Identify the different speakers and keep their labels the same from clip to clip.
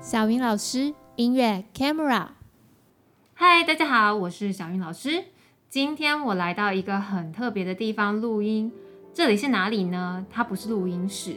Speaker 1: 小云老师，音乐 Camera。
Speaker 2: 嗨，大家好，我是小云老师。今天我来到一个很特别的地方录音，这里是哪里呢？它不是录音室，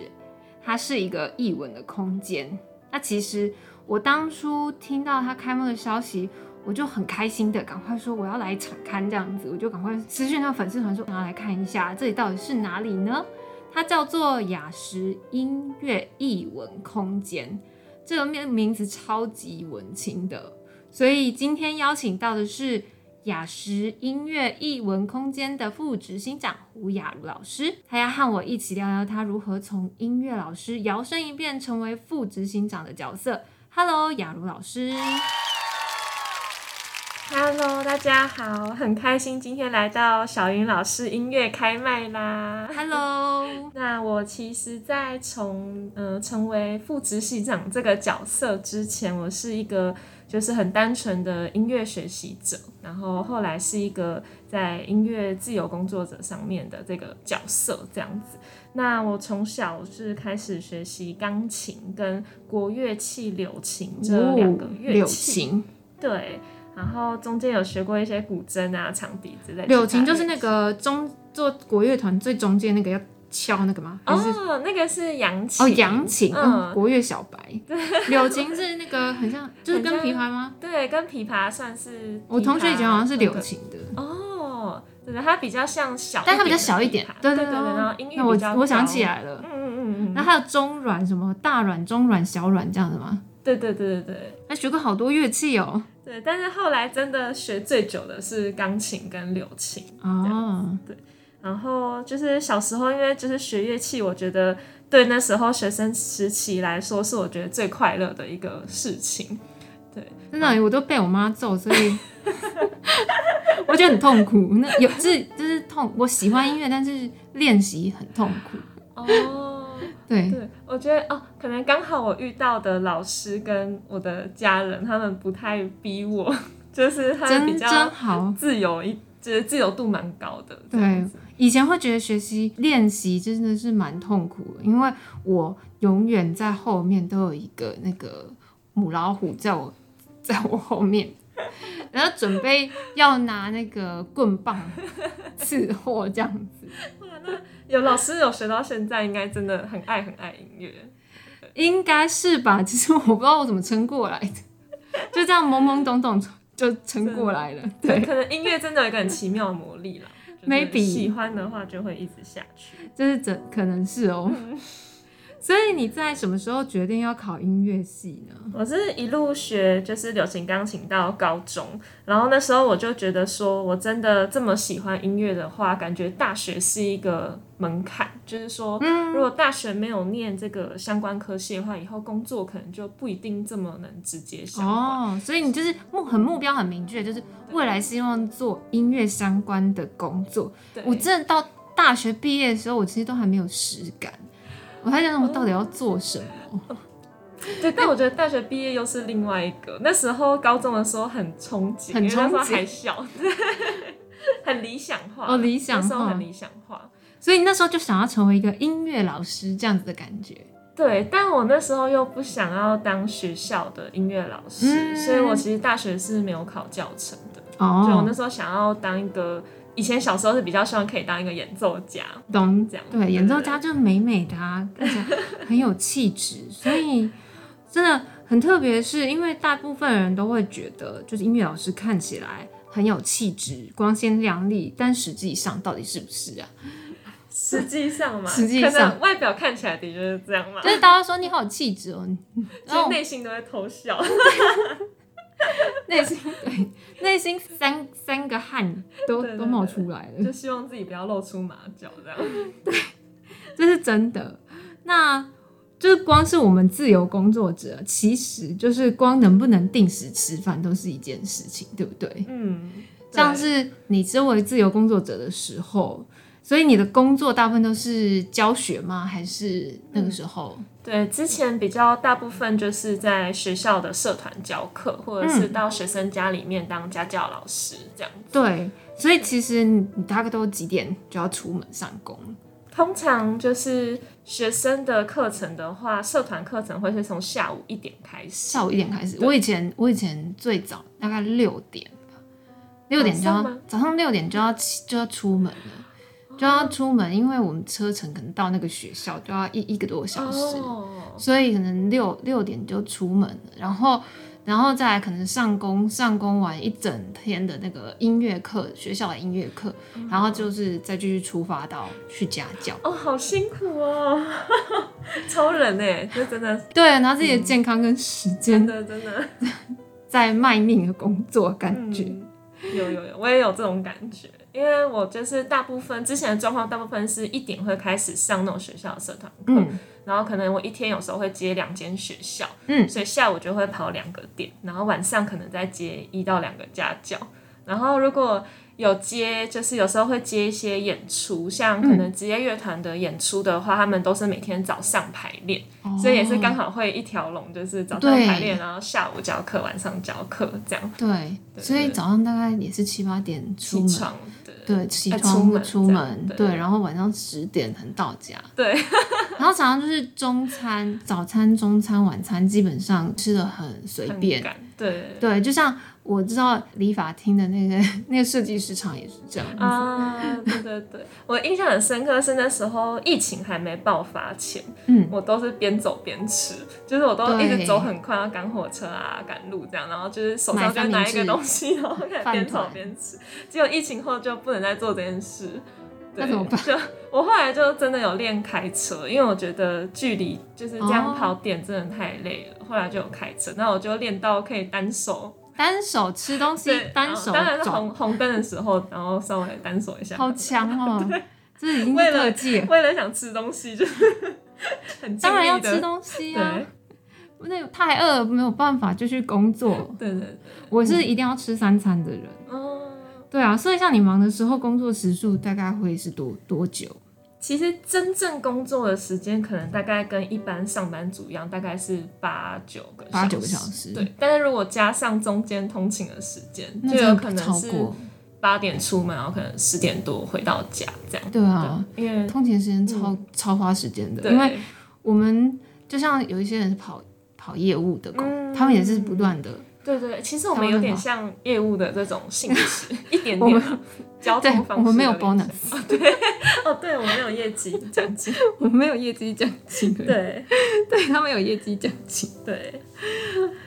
Speaker 2: 它是一个译文的空间。那其实我当初听到它开幕的消息，我就很开心的，赶快说我要来场刊这样子，我就赶快私讯到粉丝团说，我要来看一下这里到底是哪里呢？它叫做雅石音乐译文空间，这个名名字超级文青的。所以今天邀请到的是雅石音乐艺文空间的副执行长胡雅茹老师，他要和我一起聊聊他如何从音乐老师摇身一变成为副执行长的角色。Hello，雅茹老师。
Speaker 3: Hello，大家好，很开心今天来到小云老师音乐开麦啦。
Speaker 2: Hello，
Speaker 3: 那我其实，在从呃成为副执行长这个角色之前，我是一个就是很单纯的音乐学习者，然后后来是一个在音乐自由工作者上面的这个角色这样子。那我从小是开始学习钢琴跟国乐器柳琴 这两个乐
Speaker 2: 柳哦
Speaker 3: 器，
Speaker 2: 琴，
Speaker 3: 对。然后中间有学过一些古筝啊、长笛之类的。
Speaker 2: 柳琴就是那个中做国乐团最中间那个要敲那个吗？还是
Speaker 3: 哦，那个是扬琴
Speaker 2: 哦，扬琴，嗯，
Speaker 3: 嗯
Speaker 2: 国乐小 白。柳琴是那个很像，就是跟
Speaker 3: 很
Speaker 2: 琵
Speaker 3: 像
Speaker 2: 琶吗？
Speaker 3: 对，跟琵琶算是。
Speaker 2: 我同学以前好像是柳琴
Speaker 3: 琴。
Speaker 2: 的，
Speaker 3: 哦，对的，它比较像小一
Speaker 2: 但
Speaker 3: 点的琵琶，
Speaker 2: 它比较小一点。
Speaker 3: 对
Speaker 2: 对
Speaker 3: 对对，然后音
Speaker 2: 那
Speaker 3: 域
Speaker 2: 我
Speaker 3: 比较
Speaker 2: 我想
Speaker 3: 高
Speaker 2: 起，来了
Speaker 3: 嗯，嗯嗯
Speaker 2: 那
Speaker 3: 嗯，
Speaker 2: 还有中阮什么大阮、中阮、小阮这样子吗？
Speaker 3: 对对对对对
Speaker 2: 那学过好多乐器哦。
Speaker 3: 对，但是后来真的学最久的是钢琴跟柳琴。
Speaker 2: 哦，
Speaker 3: 然后就是小时候，因为就是学乐器，我觉得对那时候学生时期来说，是我觉得最快乐的一个事情。
Speaker 2: 真的，我都被我妈揍，所以 我觉得很痛苦。那有这就是痛，我喜欢音乐，但是练习很痛苦。
Speaker 3: 哦，
Speaker 2: 对，
Speaker 3: 对，我觉得哦，可能刚好我遇到的老师跟我的家人，他们不太逼我， 就是他们
Speaker 2: 真
Speaker 3: 比较
Speaker 2: 真好。
Speaker 3: 自由一，就是自由度蛮高的。
Speaker 2: 对
Speaker 3: 这样子
Speaker 2: 以前会觉得学习练习真的是蛮痛苦的，因为我永远在后面都有一个那个母老虎在我在我后面， 然后准备要拿那个棍棒刺我这样子。
Speaker 3: 有老师有学到现在，应该真的很爱很爱音乐。
Speaker 2: 应该是吧？其实我不知道我怎么撑过来的， 就这样懵懵懂懂就撑过来了。对，
Speaker 3: 可能音乐真的有一个很奇妙的魔 力啦。就是
Speaker 2: Maybe
Speaker 3: 喜欢的话就会一直下去。
Speaker 2: 这是怎可能是哦。所以你在什么时候决定要考音乐系呢？
Speaker 3: 我是一路学就是流行钢琴到高中，然后那时候我就觉得说，我真的这么喜欢音乐的话，感觉大学是一个门槛，就是说，
Speaker 2: 嗯
Speaker 3: 如果大学没有念这个相关科系的话，以后工作可能就不一定这么能直接相关。
Speaker 2: 哦，所以你就是目很目标很明确，就是未来希望做音乐相关的工作。
Speaker 3: 对
Speaker 2: 我真的到大学毕业的时候，我其实都还没有实感，我还在想我到底要做什么。
Speaker 3: 对，但我觉得大学毕业又是另外一个。那时候高中的时候很憧憬，
Speaker 2: 很
Speaker 3: 因为那时候
Speaker 2: 憧憬
Speaker 3: 还小， 很理想化。
Speaker 2: 哦理想化
Speaker 3: 那时候很理想化。
Speaker 2: 所以你那时候就想要成为一个音乐老师这样子的感觉。
Speaker 3: 对，但我那时候又不想要当学校的音乐老师，
Speaker 2: 嗯
Speaker 3: 所以我其实大学是没有考教程的。就我
Speaker 2: 哦
Speaker 3: 那，时候想要当一个，以前小时候是比较希望可以当一个演奏家。
Speaker 2: 懂
Speaker 3: 这样
Speaker 2: 对，演奏家就美美的、 啊，而且很有气质，所以真的很特别。是因为大部分人都会觉得，就是音乐老师看起来很有气质、光鲜亮丽，但实际上到底是不 是啊？
Speaker 3: 实际上嘛，
Speaker 2: 实际上
Speaker 3: 可能外表看起来的确是这样嘛，
Speaker 2: 就是大家说你好有气质哦，你
Speaker 3: 其
Speaker 2: 然
Speaker 3: 实
Speaker 2: 后
Speaker 3: 内心都在偷笑。
Speaker 2: 内心对内心三三个汗都
Speaker 3: 对对
Speaker 2: 都冒出来了
Speaker 3: 就，希望自己不要露出马脚这样。
Speaker 2: 这是真的。那就是光是我们自由工作者，其实就是光能不能定时吃饭都是一件事情，对不对？
Speaker 3: 嗯，
Speaker 2: 像
Speaker 3: 对
Speaker 2: 是你身为自由工作者的时候，所以你的工作大部分都是教学吗？还是那个时候？
Speaker 3: 对，之前比较大部分就是在学校的社团教课，或者是
Speaker 2: 嗯
Speaker 3: 到学生家里面当家教老师这样。
Speaker 2: 对，所以其实你你大概都几点就要出门上工？
Speaker 3: 通常就是学生的课程的话，社团课程会是从下午一点开始。
Speaker 2: 下午一点开始。我以前我以前最早大概六点吧，六点就要
Speaker 3: 早哦上吗
Speaker 2: 早上六点就要起就要出门了，就要出门，因为我们车程可能到那个学校就要一一个多小时，
Speaker 3: 哦，
Speaker 2: 所以可能六六点就出门了，然后然后再来可能上工上工完一整天的那个音乐课，学校的音乐课，
Speaker 3: 嗯
Speaker 2: 然后就是再继续出发到去家教。
Speaker 3: 哦，好辛苦哦， 超人哎，这真的
Speaker 2: 对，然后自己的健康跟时
Speaker 3: 真
Speaker 2: 间
Speaker 3: 的真的，
Speaker 2: 在卖命的工作感觉，
Speaker 3: 嗯，有有有，我也有这种感觉。因为我就是大部分之前的状况，大部分是一点会开始上那种学校的社团课，
Speaker 2: 嗯
Speaker 3: 然后可能我一天有时候会接两间学校，
Speaker 2: 嗯
Speaker 3: 所以下午就会跑两个点，然后晚上可能再接一到两个家教，然后如果有接，就是有时候会接一些演出，像
Speaker 2: 嗯
Speaker 3: 可能职业乐团的演出的话，他们都是每天早上排练，
Speaker 2: 哦
Speaker 3: 所以也是刚好会一条龙，就是早上
Speaker 2: 对
Speaker 3: 排练，然后下午教课，晚上教课这样
Speaker 2: 对，
Speaker 3: 对
Speaker 2: 所以早上大概也是七八点出
Speaker 3: 起
Speaker 2: 门，
Speaker 3: 床的。
Speaker 2: 对，起
Speaker 3: 呃
Speaker 2: 床
Speaker 3: 出门
Speaker 2: 出
Speaker 3: 这样
Speaker 2: 门
Speaker 3: 对
Speaker 2: 对，然后晚上十点才能到家，
Speaker 3: 对，
Speaker 2: 然后常常就是中餐、早餐、中餐、晚餐基本上吃的很随
Speaker 3: 很
Speaker 2: 便，
Speaker 3: 赶对
Speaker 2: 对，就像我知道理发厅的那个那个设计市场也是这样子，
Speaker 3: 啊，对对对，我印象很深刻是那时候疫情还没爆发前，
Speaker 2: 嗯，
Speaker 3: 我都是边走边吃，就是我都一直
Speaker 2: 对
Speaker 3: 走很快，要赶火车啊，赶路这样，然后就是手
Speaker 2: 买
Speaker 3: 上就
Speaker 2: 三
Speaker 3: 拿
Speaker 2: 明
Speaker 3: 一个
Speaker 2: 治
Speaker 3: 东西，然后开始
Speaker 2: 饭
Speaker 3: 边走
Speaker 2: 团
Speaker 3: 边吃。结果疫情后就不能再做这件事，
Speaker 2: 那
Speaker 3: 对，
Speaker 2: 怎么办
Speaker 3: 就我后来就真的有练开车，因为我觉得距离就是这样
Speaker 2: 哦
Speaker 3: 跑点真的太累了，后来就有开车，那我就练到可以单手，
Speaker 2: 单手吃东西
Speaker 3: 对，，
Speaker 2: 单
Speaker 3: 嗯
Speaker 2: 手
Speaker 3: 当然是
Speaker 2: 走，
Speaker 3: 红红灯的时候，然后稍微单手一下，
Speaker 2: 好强哦，这已经
Speaker 3: 为
Speaker 2: 是
Speaker 3: 了
Speaker 2: 特技了，
Speaker 3: 为了想吃东西，就是很
Speaker 2: 当然要
Speaker 3: 尽力地
Speaker 2: 吃东西
Speaker 3: 对
Speaker 2: 啊，那太饿没有办法就去工作，
Speaker 3: 对对对，
Speaker 2: 我是一定要吃三餐的人。
Speaker 3: 嗯。
Speaker 2: 对啊，所以像你忙的时候，工作时数大概会是多多久？
Speaker 3: 其实真正工作的时间可能大概跟一般上班族一样，大概是八九个
Speaker 2: 八九个
Speaker 3: 小
Speaker 2: 小
Speaker 3: 时。
Speaker 2: 时，
Speaker 3: 对，但是如果加上中间通勤的时间，
Speaker 2: 那
Speaker 3: 就
Speaker 2: 真的
Speaker 3: 有可能
Speaker 2: 超
Speaker 3: 是
Speaker 2: 过。
Speaker 3: 八点出门，然后可能十点多回到家这样。
Speaker 2: 对嗯啊，
Speaker 3: 对，因为
Speaker 2: 通勤时间超、超花时间的，
Speaker 3: 对，
Speaker 2: 因为我们就像有一些人是跑跑业务的工，
Speaker 3: 嗯
Speaker 2: 他们也是不断的，
Speaker 3: 对对，其实我
Speaker 2: 台
Speaker 3: 们
Speaker 2: 湾
Speaker 3: 有
Speaker 2: 很
Speaker 3: 点
Speaker 2: 好
Speaker 3: 像业务的这种性 质，一点
Speaker 2: 我
Speaker 3: 点
Speaker 2: 们
Speaker 3: 啊、交
Speaker 2: 对
Speaker 3: 通方式。
Speaker 2: 我们没有 bonus
Speaker 3: 哦，对，哦，对，我们有业绩奖金。
Speaker 2: 我们没有业绩奖金，
Speaker 3: 对
Speaker 2: 对，他们有业绩奖金。
Speaker 3: 对，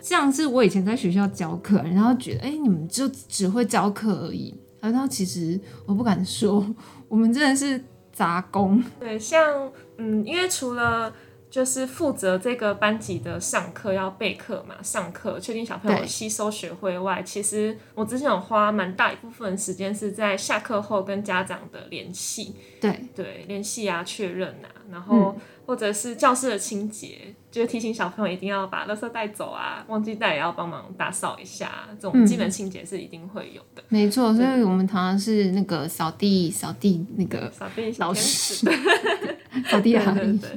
Speaker 2: 像是我以前在学校教课，然后觉得，哎、你们就只会教课而已，然后其实我不敢说，我们真的是杂工，
Speaker 3: 对，像嗯，因为除了就是负责这个班级的上课要备课嘛，上课确定小朋友
Speaker 2: 对
Speaker 3: 吸收学会外，其实我之前有花蛮大一部分时间是在下课后跟家长的联系，
Speaker 2: 对，
Speaker 3: 对，联系啊，确认啊，然后
Speaker 2: 嗯
Speaker 3: 或者是教室的清洁，就是提醒小朋友一定要把垃圾带走啊，忘记带也要帮忙打扫一下啊，这种
Speaker 2: 嗯
Speaker 3: 基本清洁是一定会有的。
Speaker 2: 没错，所以我们常常是那个扫地扫地那个
Speaker 3: 扫地
Speaker 2: 老
Speaker 3: 小天
Speaker 2: 师
Speaker 3: 使，对
Speaker 2: 扫地阿
Speaker 3: 对对
Speaker 2: 姨，
Speaker 3: 对，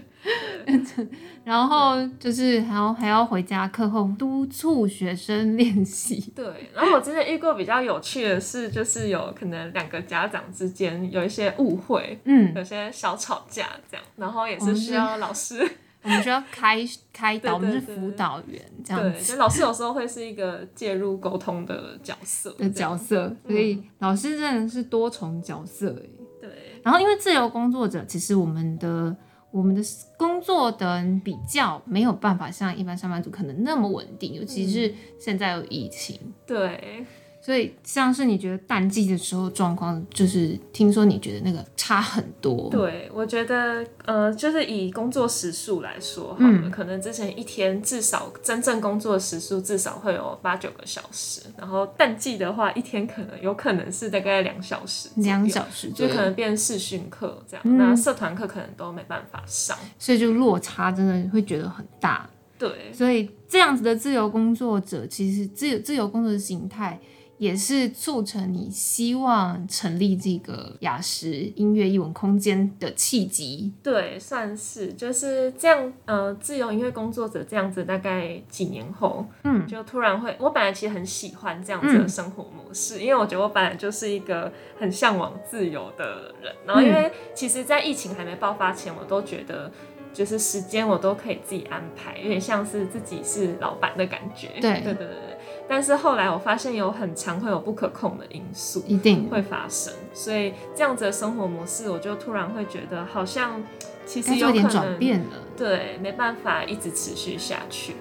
Speaker 2: 然后就是还要还要回家课后督促学生练习，
Speaker 3: 对，然后我之前遇过比较有趣的事，就是有可能两个家长之间有一些误会，
Speaker 2: 嗯，
Speaker 3: 有些小吵架这样，然后也
Speaker 2: 我
Speaker 3: 是
Speaker 2: 们
Speaker 3: 需
Speaker 2: 是
Speaker 3: 要老师，
Speaker 2: 我们需要开开导，我
Speaker 3: 对
Speaker 2: 们
Speaker 3: 对
Speaker 2: 是
Speaker 3: 对
Speaker 2: 辅导员这样
Speaker 3: 对，
Speaker 2: 子
Speaker 3: 就老师有时候会是一个介入沟通的角色
Speaker 2: 的
Speaker 3: 这样
Speaker 2: 角色，
Speaker 3: 嗯
Speaker 2: 所以老师真的是多重角色欸
Speaker 3: 对，
Speaker 2: 然后因为自由工作者，其实我们的我们的工作的比较没有办法像一般上班族可能那么稳定，尤其是
Speaker 3: 嗯
Speaker 2: 现在有疫情。
Speaker 3: 对，
Speaker 2: 所以，像是你觉得淡季的时候状况，就是听说你觉得那个差很多，
Speaker 3: 对，我觉得呃，就是以工作时数来说好了，
Speaker 2: 嗯
Speaker 3: 可能之前一天至少真正工作时数至少会有八九个小时，然后淡季的话，一天可能有可能是大概两小时左右，
Speaker 2: 两小时左
Speaker 3: 就
Speaker 2: 右
Speaker 3: 可，能变视讯课这样，
Speaker 2: 嗯
Speaker 3: 那社团课可能都没办法上。
Speaker 2: 所以就落差真的会觉得很大。
Speaker 3: 对，
Speaker 2: 所以这样子的自由工作者，其实自由自由工作的形态也是促成你希望成立这个雅石音乐艺文空间的契机。
Speaker 3: 对，算是就是这样。呃，自由音乐工作者这样子，大概几年后，
Speaker 2: 嗯
Speaker 3: 就突然会，我本来其实很喜欢这样子的生活模式，因为我觉得我本来就是一个很向往自由的人。然后，
Speaker 2: 嗯
Speaker 3: 因为其实，在疫情还没爆发前，我都觉得就是时间我都可以自己安排，有点像是自己是老板的感觉。
Speaker 2: 对
Speaker 3: 对对对对。但是后来我发现有很常会有不可控的因素，
Speaker 2: 一定
Speaker 3: 会发生，所以这样子的生活模式，我就突然会觉得好像其实
Speaker 2: 该
Speaker 3: 有
Speaker 2: 哎做一
Speaker 3: 可
Speaker 2: 点
Speaker 3: 能
Speaker 2: 转变了。
Speaker 3: 对，没办法一直持续下去，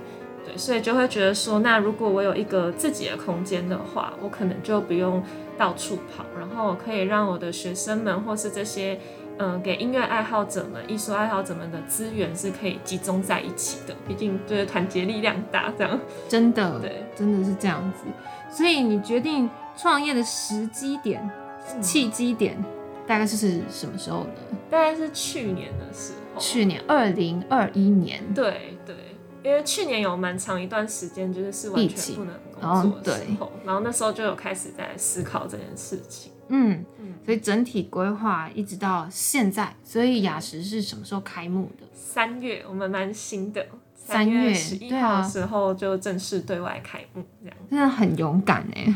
Speaker 3: 对，所以就会觉得说，那如果我有一个自己的空间的话，我可能就不用到处跑，然后我可以让我的学生们或是这些。嗯，给音乐爱好者们、艺术爱好者们的资源是可以集中在一起的，毕竟就是团结力量大，这样
Speaker 2: 真的，
Speaker 3: 对，
Speaker 2: 真的是这样子。所以你决定创业的时机点、
Speaker 3: 嗯
Speaker 2: 契机点，大概就是什么时候呢？
Speaker 3: 大概是去年的时候，
Speaker 2: 去年二零二一年，
Speaker 3: 哦对对，因为去年有蛮长一段时间就是是完
Speaker 2: 疫
Speaker 3: 全
Speaker 2: 情
Speaker 3: 不能工作
Speaker 2: 哦
Speaker 3: 的时
Speaker 2: 对
Speaker 3: 候，然后那时候就有开始在思考这件事情。
Speaker 2: 嗯
Speaker 3: 嗯，
Speaker 2: 所以整体规划一直到现在。所以雅石是什么时候开幕的？
Speaker 3: 三月我们蛮新的，
Speaker 2: 三月
Speaker 3: 月十一
Speaker 2: 对
Speaker 3: 号
Speaker 2: 啊
Speaker 3: 的时候就正式对外开幕，这样。
Speaker 2: 真的很勇敢哎。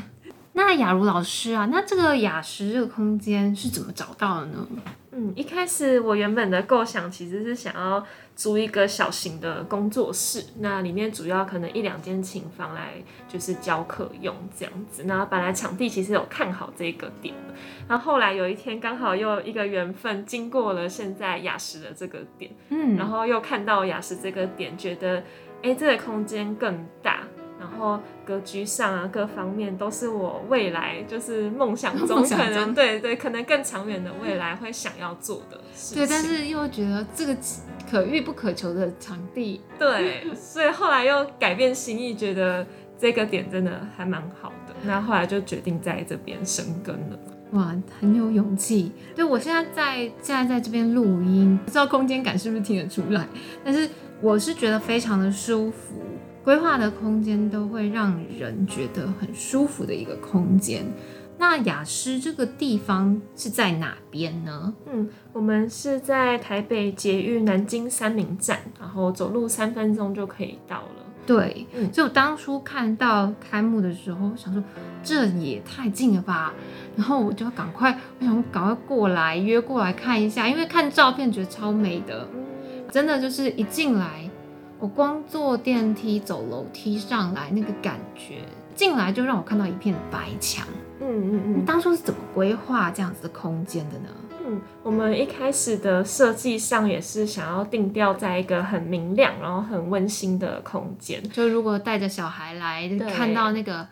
Speaker 2: 那雅茹老师啊，那这个雅石这个空间是怎么找到的呢？
Speaker 3: 嗯，一开始我原本的构想其实是想要租一个小型的工作室，那里面主要可能一两间琴房来就是教课用这样子。那本来场地其实有看好这个点，然后后来有一天刚好又一个缘分经过了现在雅石的这个点，
Speaker 2: 嗯，
Speaker 3: 然后又看到雅石这个点，觉得哎这个空间更大。然后格局上啊，各方面都是我未来就是 梦想中
Speaker 2: 梦想
Speaker 3: 可能
Speaker 2: 中
Speaker 3: 对对，可能更长远的未来会想要做的事情。
Speaker 2: 对，但是又觉得这个可遇不可求的场地，
Speaker 3: 对，所以后来又改变心意，觉得这个点真的还蛮好的。那后来就决定在这边生根了。
Speaker 2: 哇，很有勇气。对我现在在现在在这边录音，不知道空间感是不是听得出来，但是我是觉得非常的舒服。规划的空间都会让人觉得很舒服的一个空间。那雅诗这个地方是在哪边呢？
Speaker 3: 嗯，我们是在台北捷运南京三明站，然后走路三分钟就可以到了。
Speaker 2: 对，
Speaker 3: 嗯
Speaker 2: 所以我当初看到开幕的时候，我想说这也太近了吧，然后我就要赶快，我想赶快过来约过来看一下，因为看照片觉得超美的，
Speaker 3: 嗯
Speaker 2: 真的就是一进来，我光坐电梯走楼梯上来那个感觉，进来就让我看到一片白墙。
Speaker 3: 嗯嗯
Speaker 2: 你
Speaker 3: 嗯
Speaker 2: 当初是怎么规划这样子的空间的呢？
Speaker 3: 嗯，我们一开始的设计上也是想要定调在一个很明亮，然后很温馨的空间。
Speaker 2: 就如果带着小孩来
Speaker 3: 对
Speaker 2: 看到那个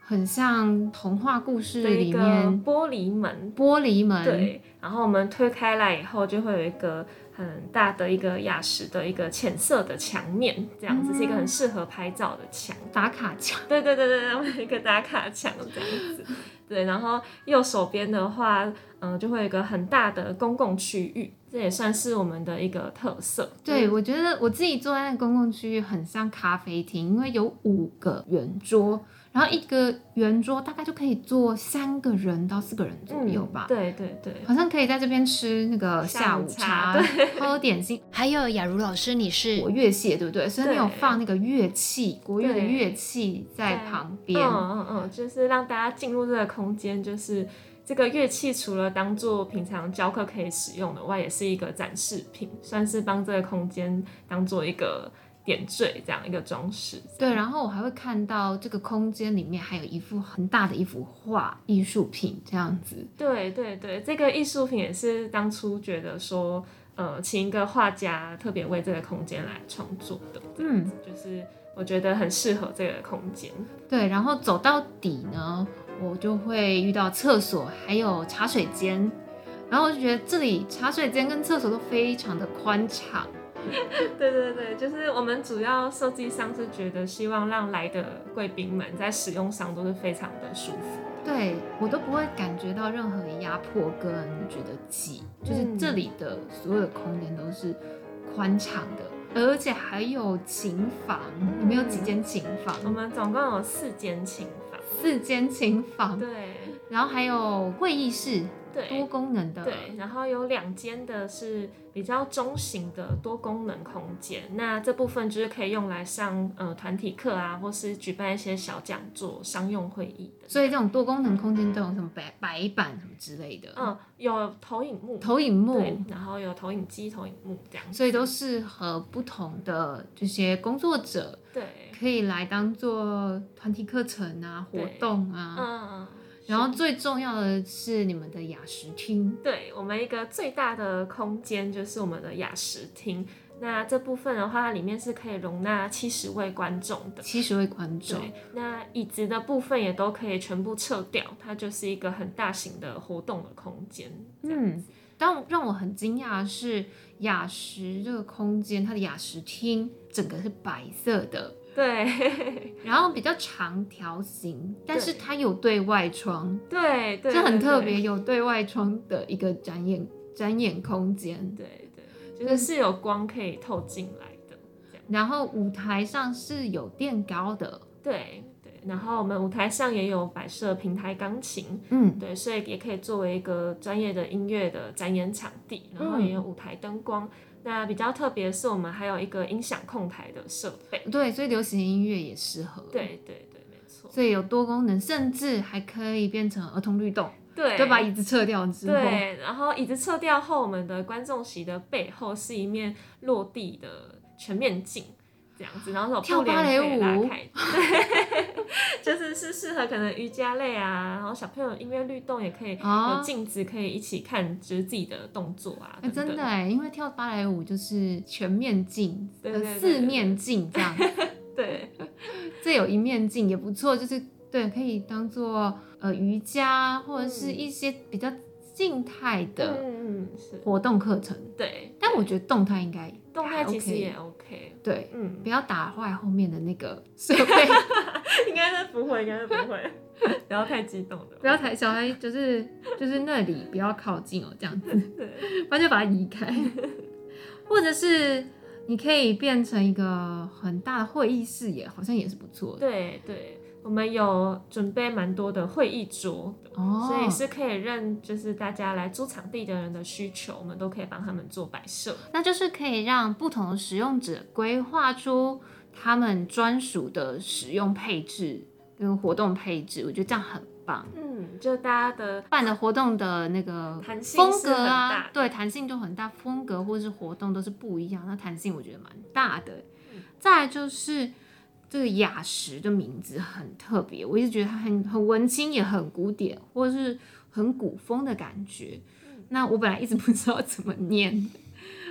Speaker 2: 很像童话故事
Speaker 3: 的一
Speaker 2: 里
Speaker 3: 个
Speaker 2: 面嗯
Speaker 3: 玻璃门，
Speaker 2: 玻璃门，
Speaker 3: 对，然后我们推开来以后，就会有一个很大的一个雅石的一个浅色的墙面，这样子、是一个很适合拍照的 墙。
Speaker 2: 打卡墙，
Speaker 3: 对对对对对，我们有一个打卡墙这样子。 对，然后右手边的话，嗯、就会有一个很大的公共区域，这也算是我们的一个特色。
Speaker 2: 对，我觉得我自己坐在那个公共区域很像咖啡厅，因为有五个圆桌，然后一个圆桌大概就可以坐三个人到四个人左右吧。
Speaker 3: 嗯对对对，
Speaker 2: 好像可以在这边吃那个下午茶，
Speaker 3: 下午
Speaker 2: 喝点心。
Speaker 1: 还有雅茹老师，你是
Speaker 2: 国乐系的，对不对？所以你有
Speaker 3: 对
Speaker 2: 放那个乐器，国乐的
Speaker 3: 对
Speaker 2: 乐器在旁边。
Speaker 3: 嗯嗯嗯，就是让大家进入这个空间，就是这个乐器除了当做平常教课可以使用的外，也是一个展示品，算是帮这个空间当做一个点缀，这样一个装饰。
Speaker 2: 对，然后我还会看到这个空间里面还有一幅很大的一幅画艺术品这样子。
Speaker 3: 对对对，这个艺术品也是当初觉得说，呃，请一个画家特别为这个空间来创作的，
Speaker 2: 嗯，
Speaker 3: 就是我觉得很适合这个空间。
Speaker 2: 对，然后走到底呢，我就会遇到厕所，还有茶水间。然后我就觉得这里茶水间跟厕所都非常的宽敞，
Speaker 3: 对对对，就是我们主要设计上是觉得希望让来的贵宾们在使用上都是非常的舒服。
Speaker 2: 对我都不会感觉到任何的压迫跟觉得挤，就是
Speaker 3: 嗯
Speaker 2: 这里的所有的空间都是宽敞的，而且
Speaker 3: 嗯
Speaker 2: 还有琴房，你们有几间琴房？
Speaker 3: 我们总共有四间琴房，
Speaker 2: 四间琴房，
Speaker 3: 对
Speaker 2: 然后还有会议室，多
Speaker 3: 对
Speaker 2: 功能的，
Speaker 3: 对，然后有两间的是比较中型的多功能空间，那这部分就是可以用来上呃团体课啊，或是举办一些小讲座、商用会议的。
Speaker 2: 所以这种多功能空间都有什么白白板什么之类的，
Speaker 3: 嗯，有投影幕，
Speaker 2: 投影
Speaker 3: 对
Speaker 2: 幕，，
Speaker 3: 然后有投影机、投影幕这样子。
Speaker 2: 所以都适合不同的这些工作者，
Speaker 3: 对，
Speaker 2: 可以来当做团体课程啊、活
Speaker 3: 对
Speaker 2: 动啊。
Speaker 3: 嗯，
Speaker 2: 然后最重要的是你们的雅石厅，
Speaker 3: 对我们一个最大的空间就是我们的雅食厅。那这部分的话，它里面是可以容纳七十位观众的。
Speaker 2: 七十位观众
Speaker 3: 对，，那椅子的部分也都可以全部撤掉，它就是一个很大型的活动的空间。这样
Speaker 2: 嗯，但让我很惊讶的是，雅石这个空间，它的雅石厅整个是白色的，
Speaker 3: 对
Speaker 2: 然后比较长条形，但是
Speaker 3: 对
Speaker 2: 它有对外窗，
Speaker 3: 对对，
Speaker 2: 这很
Speaker 3: 对
Speaker 2: 特别，。有对外窗的一个展演展演空间。
Speaker 3: 对对，就是是有光可以透进来的。这样
Speaker 2: 然后舞台上是有垫高的，
Speaker 3: 对对，然后我们舞台上也有摆设平台钢琴，
Speaker 2: 嗯，
Speaker 3: 对，所以也可以作为一个专业的音乐的展演场地，然后
Speaker 2: 嗯
Speaker 3: 也有舞台灯光。那比较特别的是，我们还有一个音响控台的设备。
Speaker 2: 对，所以流行音乐也适合。，
Speaker 3: 对对对，没错。
Speaker 2: 所以有多功能，甚至还可以变成儿童律动，
Speaker 3: 对，
Speaker 2: 就把椅子撤掉之后，
Speaker 3: 对，然后椅子撤掉后，我们的观众席的背后是一面落地的全面镜，这样子，然后有
Speaker 2: 跳
Speaker 3: 布帘
Speaker 2: 芭蕾
Speaker 3: 可以拉
Speaker 2: 舞
Speaker 3: 开，对， 就是是适合可能瑜伽类啊，然后小朋友音乐律动也可以有
Speaker 2: 哦
Speaker 3: 镜子可以一起看，就是自己的动作啊，
Speaker 2: 哎、
Speaker 3: 等等
Speaker 2: 真的哎，因为跳芭蕾舞就是全面镜，
Speaker 3: 对
Speaker 2: 呃
Speaker 3: 对对
Speaker 2: 四
Speaker 3: 对
Speaker 2: 面镜这样，
Speaker 3: 对。
Speaker 2: 这有一面镜也不错，就是对，可以当做呃瑜伽或者是
Speaker 3: 嗯
Speaker 2: 一些比较静态的
Speaker 3: 嗯嗯是，
Speaker 2: 活动课程。
Speaker 3: 对，
Speaker 2: 但我觉得动态应该
Speaker 3: 动
Speaker 2: 还
Speaker 3: 态其
Speaker 2: OK
Speaker 3: 实也 OK，
Speaker 2: 对，
Speaker 3: 嗯
Speaker 2: 不，要打坏后面的那个设备，
Speaker 3: 应该是不会，应该是不会， 不要太激动了，
Speaker 2: 不要抬小孩，就是 就是那里不要靠近哦，这样子，
Speaker 3: 对，
Speaker 2: 不然就把它移 开，或者是你可以变成一个很大的会议室也，好像也是不错的
Speaker 3: 对对，我们有准备蛮多的会议桌的。
Speaker 2: 哦，
Speaker 3: 所以是可以认，就是大家来租场地的人的需求，我们都可以帮他们做摆设。
Speaker 2: 那就是可以让不同的使用者规划出他们专属的使用配置跟活动配置，我觉得这样很棒。
Speaker 3: 嗯，就大家的
Speaker 2: 办的活动的那个
Speaker 3: 弹性
Speaker 2: 风
Speaker 3: 是
Speaker 2: 格
Speaker 3: 很大
Speaker 2: 啊
Speaker 3: 的，
Speaker 2: 对，弹性就很大，风格或是活动都是不一样，那弹性我觉得蛮大的。再来就是这个雅石的名字很特别，我一直觉得它很很文青，也很古典，或是很古风的感觉。
Speaker 3: 嗯
Speaker 2: 那我本来一直不知道怎么念，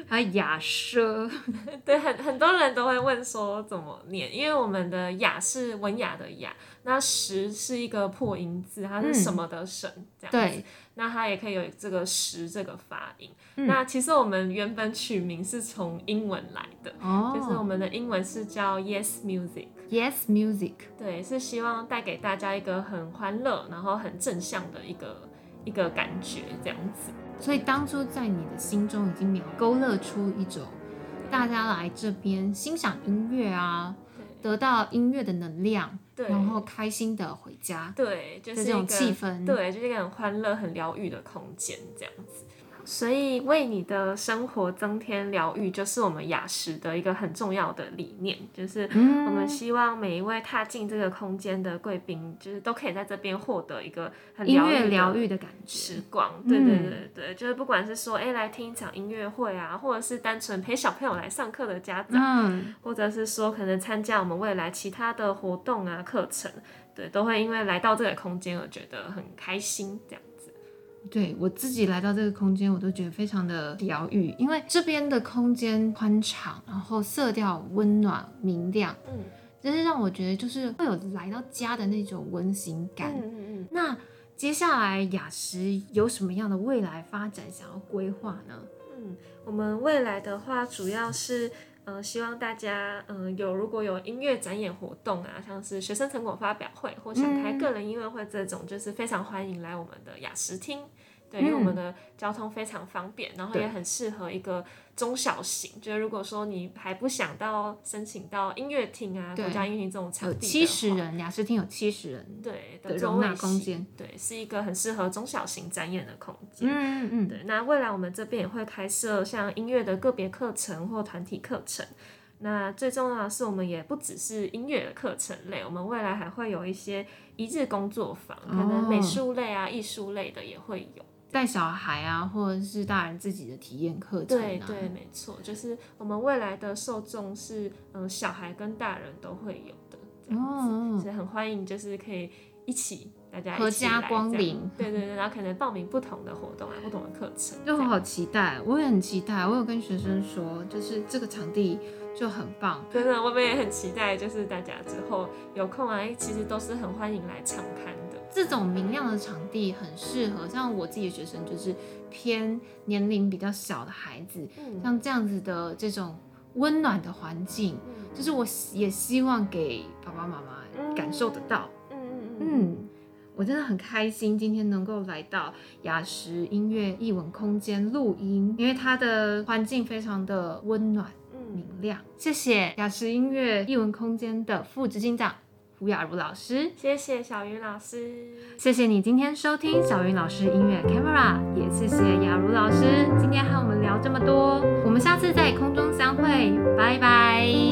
Speaker 2: 还有雅奢，
Speaker 3: 对，很很多人都会问说怎么念，因为我们的雅是文雅的雅，那石是一个破音字，它是
Speaker 2: 嗯
Speaker 3: 什么的神、这样子。
Speaker 2: 对，
Speaker 3: 那它也可以有这个“石”这个发音。
Speaker 2: 嗯
Speaker 3: 那其实我们原本取名是从英文来的，
Speaker 2: 哦，
Speaker 3: 就是我们的英文是叫 Yes Music，
Speaker 2: Yes Music，
Speaker 3: 对，是希望带给大家一个很欢乐，然后很正向的一个一个感觉这样子。
Speaker 2: 所以当初在你的心中已经描勾勒出一种大家来这边欣赏音乐啊，得到音乐的能量，
Speaker 3: 对
Speaker 2: 然后开心的回家
Speaker 3: 对，就
Speaker 2: 的
Speaker 3: 是
Speaker 2: 这
Speaker 3: 一
Speaker 2: 种
Speaker 3: 个
Speaker 2: 气氛。，
Speaker 3: 对，就是一个很欢乐、很疗愈的空间这样子。所以，为你的生活增添疗愈，就是我们雅石的一个很重要的理念。就是
Speaker 2: 嗯
Speaker 3: 我们希望每一位踏进这个空间的贵宾，就是都可以在这边获得一个很
Speaker 2: 音
Speaker 3: 愈
Speaker 2: 乐
Speaker 3: 的
Speaker 2: 疗愈的感
Speaker 3: 时
Speaker 2: 觉。
Speaker 3: 光。对对
Speaker 2: 嗯
Speaker 3: 对对，就是不管是说，哎、来听一场音乐会啊，或者是单纯陪小朋友来上课的家长，
Speaker 2: 嗯，
Speaker 3: 或者是说可能参加我们未来其他的活动啊、课程，对，都会因为来到这个空间而觉得很开心这样子。
Speaker 2: 对我自己来到这个空间，我都觉得非常的疗愈，因为这边的空间宽敞，然后色调温暖明亮，
Speaker 3: 嗯
Speaker 2: 真是让我觉得就是会有来到家的那种温馨感。
Speaker 3: 嗯嗯
Speaker 2: 那接下来雅石有什么样的未来发展想要规划呢？
Speaker 3: 嗯，我们未来的话主要是。呃，希望大家，嗯、有如果有音乐展演活动啊，像是学生成果发表会或想开
Speaker 2: 嗯
Speaker 3: 个人音乐会这种，就是非常欢迎来我们的雅石厅对，因为我们
Speaker 2: 嗯
Speaker 3: 的交通非常方便，然后
Speaker 2: 对
Speaker 3: 也很适合一个中小型。就是如果说你还不想到申请到音乐厅啊、
Speaker 2: 对
Speaker 3: 国家音乐厅这种场
Speaker 2: 有
Speaker 3: 地，嗯
Speaker 2: 七十，人，雅诗厅有七十人，
Speaker 3: 对
Speaker 2: 的
Speaker 3: 座
Speaker 2: 容纳
Speaker 3: 位
Speaker 2: 空
Speaker 3: 席
Speaker 2: 间，
Speaker 3: 对，是一个很适合中小型展演的空间。
Speaker 2: 嗯嗯嗯，
Speaker 3: 对，那未来我们这边也会开设像音乐的个别课程或团体课程。那最重要的是，我们也不只是音乐的课程类，我们未来还会有一些一日工作坊，可能美
Speaker 2: 哦
Speaker 3: 术类啊、艺术类的也会有。
Speaker 2: 带小孩啊，或者是大人自己的体验课程
Speaker 3: 对
Speaker 2: 啊，
Speaker 3: 对，没错，就是我们未来的受众是嗯、呃小孩跟大人都会有的这样子，
Speaker 2: 哦，
Speaker 3: 所以很欢迎，就是可以一起大家一
Speaker 2: 合
Speaker 3: 起来
Speaker 2: 家光
Speaker 3: 这样。
Speaker 2: 临，
Speaker 3: 对对对，然后可能报名不同的活动啊，不同的课程这
Speaker 2: 就
Speaker 3: 样，
Speaker 2: 我好期待，我也很期待。我有跟学生说，就是这个场地就很棒，
Speaker 3: 真的，我们也很期待，就是大家之后有空啊，其实都是很欢迎来常看的。
Speaker 2: 这种明亮的场地很适合，像我自己的学生就是偏年龄比较小的孩子，
Speaker 3: 嗯，
Speaker 2: 像这样子的这种温暖的环境，
Speaker 3: 嗯
Speaker 2: 就是我希也希望给爸爸妈妈感受得到。
Speaker 3: 嗯嗯嗯，
Speaker 2: 嗯，我真的很开心今天能够来到雅石音乐艺文空间录音，因为它的环境非常的温暖。明
Speaker 3: 嗯，
Speaker 2: 亮。谢谢雅石音乐艺文空间的副执行长胡雅茹老师，
Speaker 3: 谢谢小云老师。
Speaker 2: 谢谢你今天收听小云老师音乐 Camera，也谢谢雅茹老师今天和我们聊这么多，我们下次在空中相会，拜拜。